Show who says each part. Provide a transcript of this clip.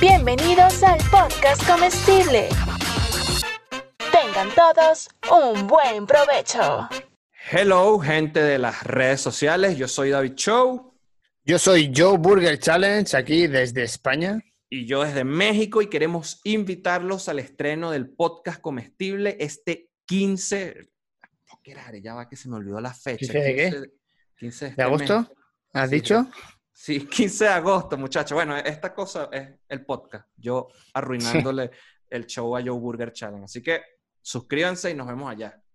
Speaker 1: Bienvenidos al podcast comestible. Tengan todos un buen provecho.
Speaker 2: Hello, gente de las redes sociales. Yo soy David Show
Speaker 3: Yo soy Joe Burger Challenge aquí desde España.
Speaker 2: y yo desde México y queremos invitarlos al estreno del podcast comestible este 15. ¿Por qué era? Ya va que se me olvidó la fecha.
Speaker 3: 15 de qué?
Speaker 2: 15
Speaker 3: ¿De
Speaker 2: este
Speaker 3: agosto?
Speaker 2: mes.
Speaker 3: ¿Has
Speaker 2: Sí,
Speaker 3: dicho?
Speaker 2: Sí, 15 de agosto, muchachos. Bueno, esta cosa es el podcast. Yo arruinándole el show a Joe Burger Challenge. Así que suscríbanse y nos vemos allá.